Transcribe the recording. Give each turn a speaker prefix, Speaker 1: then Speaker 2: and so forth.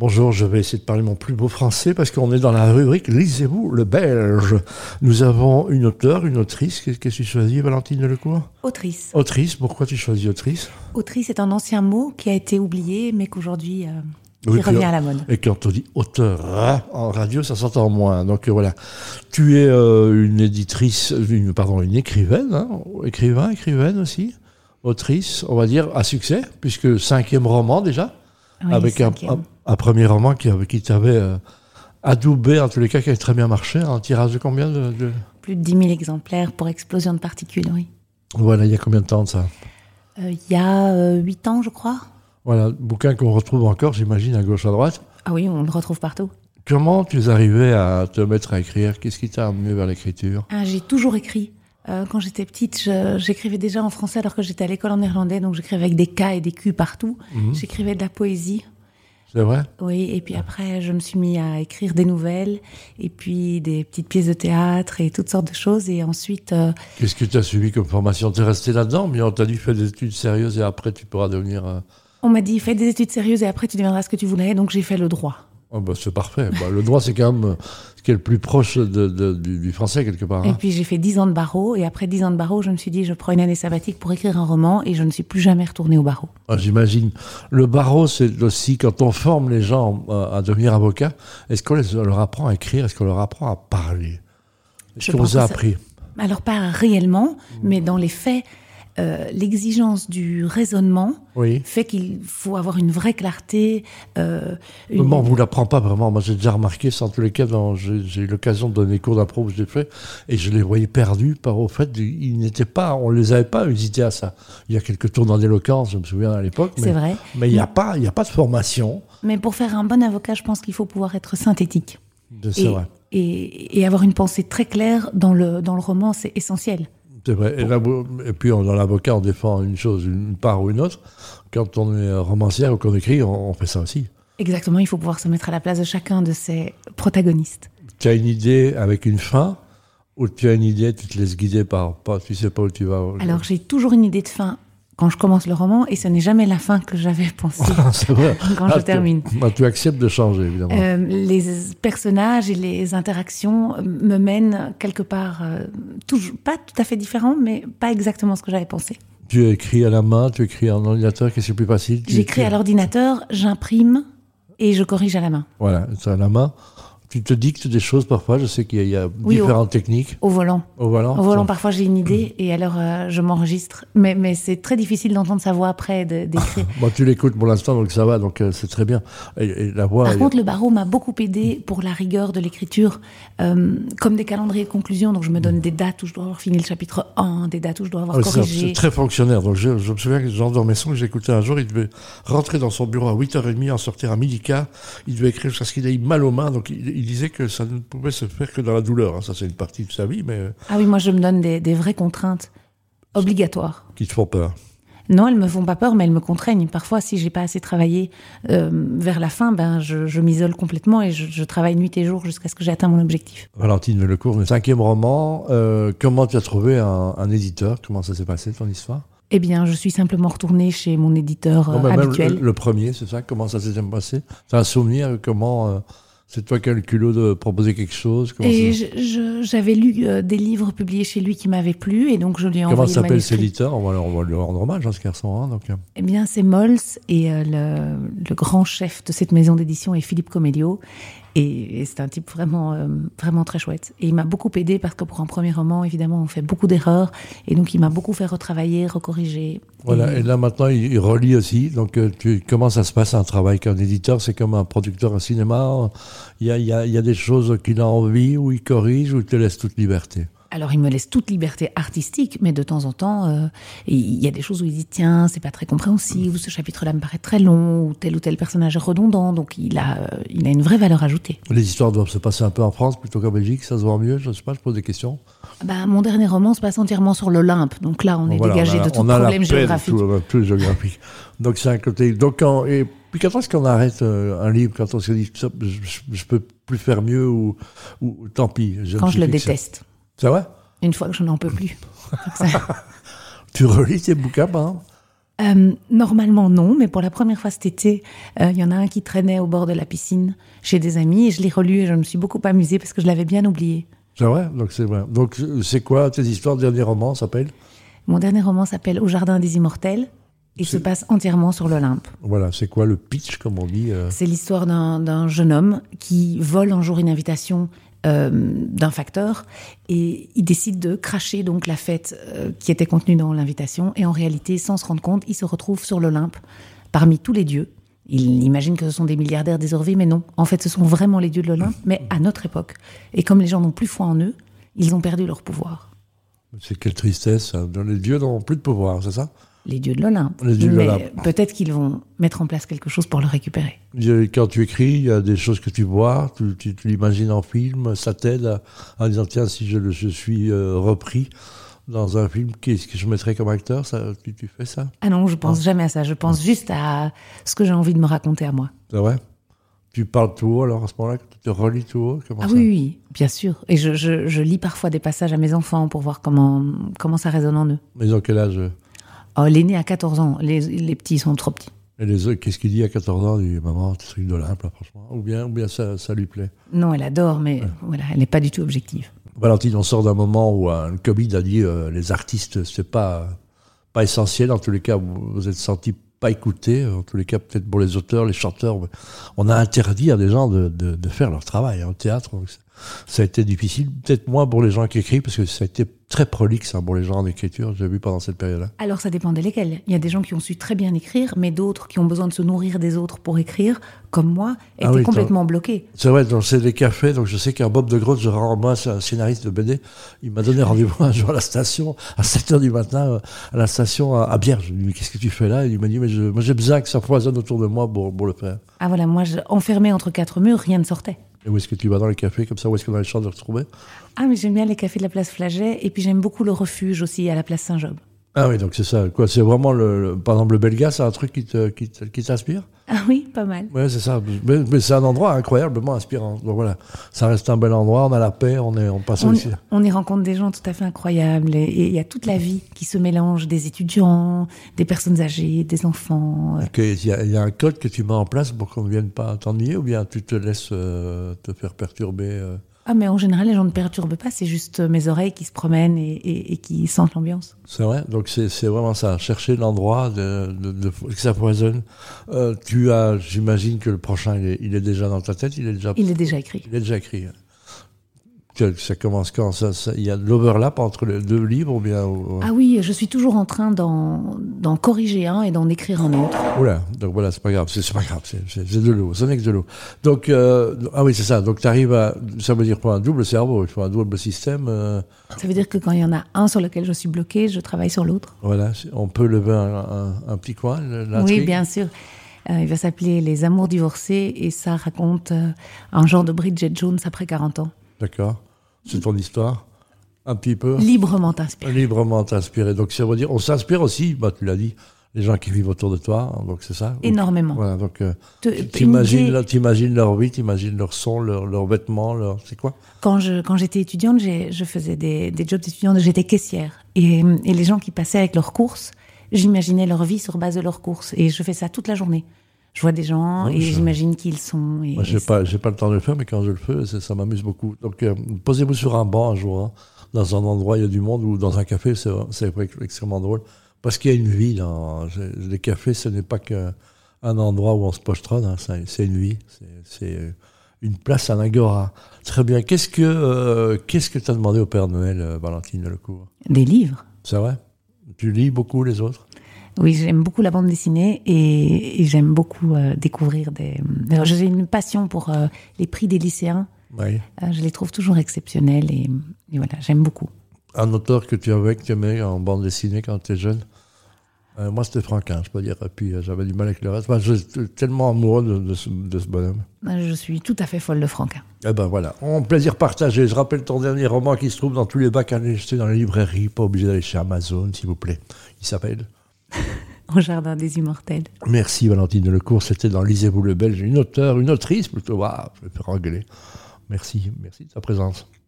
Speaker 1: Bonjour, je vais essayer de parler mon plus beau français parce qu'on est dans la rubrique Lisez-vous le belge. Nous avons une auteure, une autrice. Qu'est-ce que tu choisis, Valentine Lecourt
Speaker 2: Autrice.
Speaker 1: Autrice, pourquoi tu choisis autrice
Speaker 2: Autrice est un ancien mot qui a été oublié, mais qu'aujourd'hui, euh, qui
Speaker 1: Oui, puis-
Speaker 2: revient à la mode.
Speaker 1: Et quand on dit auteur hein, en radio, ça s'entend moins. Donc euh, voilà. Tu es euh, une éditrice, une, pardon, une écrivaine, hein, écrivain, écrivaine aussi, autrice, on va dire, à succès, puisque cinquième roman déjà,
Speaker 2: Oui,
Speaker 1: avec un,
Speaker 2: cinquième.
Speaker 1: un- un premier roman qui, avait- qui t'avait euh, adoubé, en tous les cas, qui avait très bien marché, un tirage de combien de, de-
Speaker 2: Plus de 10 000 exemplaires pour explosion de particules, oui.
Speaker 1: Voilà, il y a combien de temps de ça
Speaker 2: Euh, Il y a 8 ans, je crois.
Speaker 1: Voilà, bouquin qu'on retrouve encore, j'imagine, à gauche, à droite.
Speaker 2: Ah oui, on le retrouve partout.
Speaker 1: Comment tu es arrivé à te mettre à écrire Qu'est-ce qui t'a amené vers l'écriture
Speaker 2: Ah, j'ai toujours écrit. Euh, quand j'étais petite, je- j'écrivais déjà en français alors que j'étais à l'école en néerlandais, donc j'écrivais avec des K et des Q partout.
Speaker 1: Mhm.
Speaker 2: J'écrivais de la poésie.
Speaker 1: C'est vrai
Speaker 2: Oui, et puis après, je me suis mis à écrire des nouvelles, et puis des petites pièces de théâtre, et toutes sortes de choses. Et ensuite, euh,
Speaker 1: Qu'est-ce que tu as suivi comme formation T'es resté là-dedans, mais on t'a dit fais des études sérieuses et après tu pourras devenir. euh,
Speaker 2: on m'a dit, fais des études sérieuses, et après, tu deviendras ce que tu voudrais. Donc, j'ai fait le droit.
Speaker 1: oh, bah, c'est parfait. Bah, le droit, c'est quand même euh, ce qui est le plus proche de- de- du, du français, quelque part.
Speaker 2: Et
Speaker 1: hein.
Speaker 2: puis, j'ai fait 10 ans de barreau, et après 10 ans de barreau, je me suis dit, je prends une année sabbatique pour écrire un roman, et je ne suis plus jamais retournée au barreau.
Speaker 1: Ah, J'imagine. Le barreau, c'est aussi quand on forme les gens euh, à devenir avocats, est-ce qu'on les- leur apprend à écrire Est-ce qu'on leur apprend à parler Est-ce
Speaker 2: Je
Speaker 1: qu'on
Speaker 2: pense
Speaker 1: vous a
Speaker 2: que ça-
Speaker 1: appris
Speaker 2: Alors, pas réellement, mais dans les faits, euh, l'exigence du raisonnement
Speaker 1: Oui.
Speaker 2: fait qu'il faut avoir une vraie clarté. euh, une-
Speaker 1: Bon, on vous l'apprend pas vraiment. Moi, j'ai déjà remarqué, ça, en tous les cas, dans- j'ai j'ai eu l'occasion de donner des cours d'impro que j'ai fait, et je les voyais perdus par au fait, du- ils n'étaient pas, on les avait pas hésité à ça. Il y a quelques tours dans l'éloquence, je me souviens à l'époque,
Speaker 2: C'est
Speaker 1: mais,
Speaker 2: vrai.
Speaker 1: mais il n'y a pas, il y a pas de formation.
Speaker 2: Mais pour faire un bon avocat, je pense qu'il faut pouvoir être synthétique.
Speaker 1: C'est
Speaker 2: Et,
Speaker 1: vrai.
Speaker 2: et- et avoir une pensée très claire dans le, dans le roman, c'est essentiel.
Speaker 1: C'est vrai. Et, là, vous- et puis, on- dans l'avocat, on défend une chose, une part ou une autre. Quand on est romancière ou qu'on écrit, on, on fait ça aussi.
Speaker 2: Exactement, il faut pouvoir se mettre à la place de chacun de ses protagonistes.
Speaker 1: Tu as une idée avec une fin, ou tu as une idée, tu te laisses guider par, par tu sais pas où tu vas.
Speaker 2: Alors j'ai toujours une idée de fin quand je commence le roman, et ce n'est jamais la fin que j'avais pensée.
Speaker 1: C'est vrai.
Speaker 2: Quand je
Speaker 1: Ah, tu-
Speaker 2: termine.
Speaker 1: ah, tu acceptes de changer, évidemment.
Speaker 2: Euh, les personnages et les interactions me mènent quelque part, euh, toujours, pas tout à fait différent, mais pas exactement ce que j'avais pensé.
Speaker 1: Tu écris à la main, tu écris en ordinateur, qu'est-ce qui est plus facile Tu-
Speaker 2: J'écris
Speaker 1: tu-
Speaker 2: à l'ordinateur, j'imprime et je corrige à la main,
Speaker 1: Voilà, c'est à la main. Tu te dictes des choses parfois, je sais qu'il y a, il y a
Speaker 2: Oui, au-
Speaker 1: différentes techniques.
Speaker 2: au volant.
Speaker 1: Au volant
Speaker 2: Au volant,
Speaker 1: ça-
Speaker 2: parfois j'ai une idée et alors euh, je m'enregistre. Mais, mais c'est très difficile d'entendre sa voix après, de- d'écrire.
Speaker 1: Bon, tu l'écoutes pour l'instant, donc ça va, donc euh, c'est très bien. Et, et la voix.
Speaker 2: Par
Speaker 1: elle-
Speaker 2: contre, le barreau m'a beaucoup aidé pour la rigueur de l'écriture, euh, comme des calendriers de conclusion. Donc, je me donne des dates où je dois avoir fini le chapitre 1, des dates où je dois avoir
Speaker 1: Ah, c'est-
Speaker 2: corrigé.
Speaker 1: C'est très fonctionnaire. Donc je, je me souviens que Jean Dormesson, que j'écoutais un jour, il devait rentrer dans son bureau à 8h30, en sortir à midi quart. Il devait écrire jusqu'à ce qu'il ait mal aux mains. Donc il, il disait que ça ne pouvait se faire que dans la douleur. hein. Ça, c'est une partie de sa vie, mais euh,
Speaker 2: Ah oui, moi, je me donne des, des vraies contraintes obligatoires.
Speaker 1: qui te font peur.
Speaker 2: Non, elles me font pas peur, mais elles me contraignent. Parfois, si j'ai pas assez travaillé euh, vers la fin, ben, je, je m'isole complètement et je, je travaille nuit et jour jusqu'à ce que j'ai atteint mon objectif.
Speaker 1: Valentine Lecourt, le cinquième roman. euh, comment tu as trouvé un, un éditeur Comment ça s'est passé ton histoire
Speaker 2: Eh bien, je suis simplement retournée chez mon éditeur euh,
Speaker 1: Non, mais même
Speaker 2: habituel.
Speaker 1: le, le premier, c'est ça Comment ça s'est passé T'as un souvenir euh, Comment euh, c'est toi qui as le culot de proposer quelque chose Comment,
Speaker 2: Et
Speaker 1: ça-
Speaker 2: je- je- j'avais lu euh, des livres publiés chez lui qui m'avaient plu, et donc je lui ai
Speaker 1: comment
Speaker 2: envoyé le
Speaker 1: s'appelle cet
Speaker 2: manuscrit.
Speaker 1: éditeur on va, leur- on va lui rendre hommage à ce garçon. hein, donc, euh.
Speaker 2: Eh bien, c'est Mols, et euh, le, le grand chef de cette maison d'édition est Philippe Comélio, et, et c'est un type vraiment, euh, vraiment très chouette. Et il m'a beaucoup aidé parce que pour un premier roman, évidemment, on fait beaucoup d'erreurs, et donc il m'a beaucoup fait retravailler, recorriger.
Speaker 1: Voilà, et là maintenant il, il relie aussi. Donc euh, tu, comment ça se passe un travail qu'un éditeur C'est comme un producteur à cinéma. Il y a, il y a- il y a des choses qu'il a envie, ou il corrige, ou il te laisse toute liberté.
Speaker 2: Alors, il me laisse toute liberté artistique, mais de temps en temps, euh, il y a des choses où il dit tiens, c'est pas très compréhensible, ou ce chapitre-là me paraît très long, ou tel ou tel personnage est redondant. Donc, il a, euh, il a une vraie valeur ajoutée.
Speaker 1: Les histoires doivent se passer un peu en France plutôt qu'en Belgique, ça se voit mieux, je sais pas, je pose des questions.
Speaker 2: Bah, mon dernier roman se passe entièrement sur l'Olympe, donc là, on est
Speaker 1: Voilà,
Speaker 2: dégagé
Speaker 1: on a-
Speaker 2: de tout
Speaker 1: on a la
Speaker 2: problème
Speaker 1: paix de
Speaker 2: géographique.
Speaker 1: tout- on a tout le géographique. Donc c'est un côté. Donc quand- et puis quand est-ce qu'on arrête euh, un livre quand on se dit ça, je, je- je peux plus faire mieux ou, ou tant pis. je
Speaker 2: Quand
Speaker 1: me
Speaker 2: je le
Speaker 1: suis fixé.
Speaker 2: déteste,
Speaker 1: C'est vrai
Speaker 2: une fois que je n'en peux plus. Donc ça-
Speaker 1: Tu relis tes bouquins, par exemple
Speaker 2: Euh, normalement, non, mais pour la première fois cet été, euh, il y en a un qui traînait au bord de la piscine chez des amis et je l'ai relu et je me suis beaucoup amusée parce que je l'avais bien oublié.
Speaker 1: C'est vrai, donc c'est vrai. Donc c'est quoi tes histoires Le dernier roman s'appelle
Speaker 2: Mon dernier roman s'appelle Au jardin des immortels et
Speaker 1: C'est-
Speaker 2: se passe entièrement sur l'Olympe.
Speaker 1: Voilà, c'est quoi le pitch, comme on dit euh,
Speaker 2: C'est l'histoire d'un d'un jeune homme qui vole un jour une invitation euh, d'un facteur et il décide de cracher donc la fête euh, qui était contenue dans l'invitation et en réalité, sans se rendre compte, il se retrouve sur l'Olympe parmi tous les dieux. Il imagine que ce sont des milliardaires désormais, mais non. En fait, ce sont vraiment les dieux de l'Olympe, mais à notre époque. Et comme les gens n'ont plus foi en eux, ils ont perdu leur pouvoir.
Speaker 1: C'est quelle tristesse. hein. Les dieux n'ont plus de pouvoir, c'est ça
Speaker 2: Les dieux de l'Olympe.
Speaker 1: Les dieux de
Speaker 2: Mais
Speaker 1: l'Olympe.
Speaker 2: Peut-être qu'ils vont mettre en place quelque chose pour le récupérer.
Speaker 1: Il y a- Quand tu écris, il y a des choses que tu vois, tu, tu- tu l'imagines en film, ça t'aide à- en disant tiens, si je, le- je suis euh, repris dans un film, qu'est-ce que je mettrais comme acteur ça, tu, tu fais ça
Speaker 2: Ah non, je pense
Speaker 1: Oh.
Speaker 2: jamais à ça. Je pense juste à ce que j'ai envie de me raconter à moi.
Speaker 1: C'est vrai Tu parles tout haut alors à ce moment-là Tu te relis tout haut Comment
Speaker 2: Ah
Speaker 1: ça
Speaker 2: oui, oui, bien sûr. Et je, je- je lis parfois des passages à mes enfants pour voir comment, comment ça résonne en eux.
Speaker 1: Mais dans quel âge
Speaker 2: Oh, l'aîné a 14 ans. Les, les petits sont trop petits.
Speaker 1: Et les autres, qu'est-ce qu'il dit à 14 ans Du maman, tu truc de l'imple, franchement. Ou bien, ou bien ça, ça lui plaît.
Speaker 2: Non, elle adore, mais voilà, elle n'est pas du tout objective.
Speaker 1: Valentine, on sort d'un moment où un Covid a dit euh, les artistes, c'est pas, pas essentiel. En tous les cas, vous vous êtes sentis pas écoutés. En tous les cas, peut-être pour les auteurs, les chanteurs. On a interdit à des gens de, de- de faire leur travail hein, au théâtre. Donc, c'est- ça a été difficile. Peut-être moins pour les gens qui écrivent, parce que ça a été très prolixe hein, pour les gens en écriture, j'ai vu pendant cette période-là.
Speaker 2: Alors, ça dépendait lesquels. Il y a des gens qui ont su très bien écrire, mais d'autres qui ont besoin de se nourrir des autres pour écrire, comme moi, étaient
Speaker 1: Ah oui,
Speaker 2: complètement bloqués.
Speaker 1: C'est vrai, donc c'est des cafés, donc je sais qu'un Bob de Groot, je rends moi, c'est un scénariste de BD, il m'a donné rendez-vous un jour à la station, à 7h du matin, euh, à la station à, à Bière. Je lui ai dit, mais qu'est-ce que tu fais là Il m'a dit, mais je- moi j'ai besoin que ça foisonne autour de moi pour, pour le faire.
Speaker 2: Ah voilà, moi, je- enfermée entre quatre murs, rien ne sortait.
Speaker 1: Et où est-ce que tu vas dans les cafés comme ça Où est-ce qu'on a les chances de le retrouver
Speaker 2: Ah, mais j'aime bien les cafés de la place Flaget, et puis j'aime beaucoup le refuge aussi à la place Saint-Job.
Speaker 1: Ah oui, donc c'est ça, quoi. C'est vraiment, le, le- par exemple, le Belga, c'est un truc qui t'inspire qui, te- qui t'inspire
Speaker 2: Ah oui, pas mal.
Speaker 1: Ouais, c'est ça. Mais, mais c'est un endroit incroyablement inspirant. Donc voilà, ça reste un bel endroit, on a la paix, on, est, on passe
Speaker 2: On,
Speaker 1: aussi.
Speaker 2: on y rencontre des gens tout à fait incroyables et et il y a toute la vie qui se mélange, des étudiants, des personnes âgées, des enfants. euh.
Speaker 1: Ok, Il y, a- il y a un code que tu mets en place pour qu'on ne vienne pas t'ennuyer ou bien tu te laisses euh, te faire perturber euh
Speaker 2: Ah mais en général les gens ne perturbent pas, c'est juste euh, mes oreilles qui se promènent et, et- et qui sentent l'ambiance.
Speaker 1: C'est vrai, donc c'est c'est vraiment ça, chercher l'endroit de, de- de- que ça foisonne. Euh, tu as, j'imagine que le prochain, il est, il est déjà dans ta tête, il est déjà, il
Speaker 2: Il est déjà écrit.
Speaker 1: est déjà écrit. hein. Que- Ça commence quand ça, ça- Il y a de l'overlap entre les deux livres ou bien ou-
Speaker 2: Ah oui, je suis toujours en train d'en d'en corriger un et d'en écrire un autre.
Speaker 1: Oula, donc voilà, c'est pas grave, c'est c'est pas grave, c'est- c'est c'est de l'eau, ce n'est que de l'eau. Donc, euh, ah oui, c'est ça, donc tu arrives à, ça veut dire pour un double cerveau, il faut un double système, euh,
Speaker 2: Ça veut dire que quand il y en a un sur lequel je suis bloquée, je travaille sur l'autre.
Speaker 1: voilà, c'est- on peut lever un, un- un petit coin, le- l'intrigue.
Speaker 2: Oui, bien sûr. Euh, il va s'appeler Les Amours divorcés et ça raconte euh, un genre de Bridget Jones après 40 ans.
Speaker 1: D'accord, c'est ton histoire, un petit peu,
Speaker 2: Librement inspiré.
Speaker 1: librement t'inspirer. Donc ça veut dire, on s'inspire aussi, bah, tu l'as dit, les gens qui vivent autour de toi, hein, donc c'est ça.
Speaker 2: Énormément.
Speaker 1: Voilà, donc euh,
Speaker 2: Te-
Speaker 1: tu-
Speaker 2: une
Speaker 1: t'imagines
Speaker 2: idée-
Speaker 1: leur- t'imagines leur vie, t'imagines leur son, leur- leurs vêtements, leur, c'est quoi
Speaker 2: Quand je quand j'étais étudiante, j'ai- je faisais des, des jobs d'étudiante, j'étais caissière. Et, et les gens qui passaient avec leurs courses, j'imaginais leur vie sur base de leurs courses. Et je fais ça toute la journée. Je vois des gens
Speaker 1: Ouais,
Speaker 2: et
Speaker 1: Ah ça-
Speaker 2: j'imagine qui ils sont. Et
Speaker 1: Moi, j'ai pas, j'ai pas le temps de le faire, mais quand je le fais, c'est- ça m'amuse beaucoup. Donc, euh, posez-vous sur un banc un jour, hein, dans un endroit il y a du monde ou dans un café, c'est, c'est vrai que extrêmement drôle. Parce qu'il y a une vie. Dans, c'est- les cafés, ce n'est pas qu'un endroit où on se postronne, hein, c'est, c'est une vie. C'est, c'est une place, un agora. Très bien. Qu'est-ce que euh, qu'est-ce que t'as demandé au Père Noël, euh, Valentine Lecourt
Speaker 2: Des livres.
Speaker 1: C'est vrai Tu lis beaucoup les autres
Speaker 2: Oui, j'aime beaucoup la bande dessinée et, et j'aime beaucoup euh, découvrir des. Alors, j'ai une passion pour euh, les prix des lycéens.
Speaker 1: Oui.
Speaker 2: Euh, je les trouve toujours exceptionnels et, et voilà, j'aime beaucoup.
Speaker 1: un auteur que tu avais, que tu aimais en bande dessinée quand tu étais jeune Euh, Moi, c'était Franquin, je peux dire. Et puis, euh, j'avais du mal avec le reste. Moi, j'étais tellement amoureux de, de ce, de ce bonhomme.
Speaker 2: Euh, Je suis tout à fait folle de hein, Franquin.
Speaker 1: Eh ben voilà, en plaisir partagé. Je rappelle ton dernier roman qui se trouve dans tous les bacs à l'acheter dans les librairies. Pas obligé d'aller chez Amazon, s'il vous plaît. Il s'appelle
Speaker 2: Au jardin des immortels.
Speaker 1: Merci Valentine Lecourt. C'était dans Lisez-vous le Belge. Une auteure, une autrice plutôt. Waouh, je vais me faire engueuler. Merci, merci de ta présence.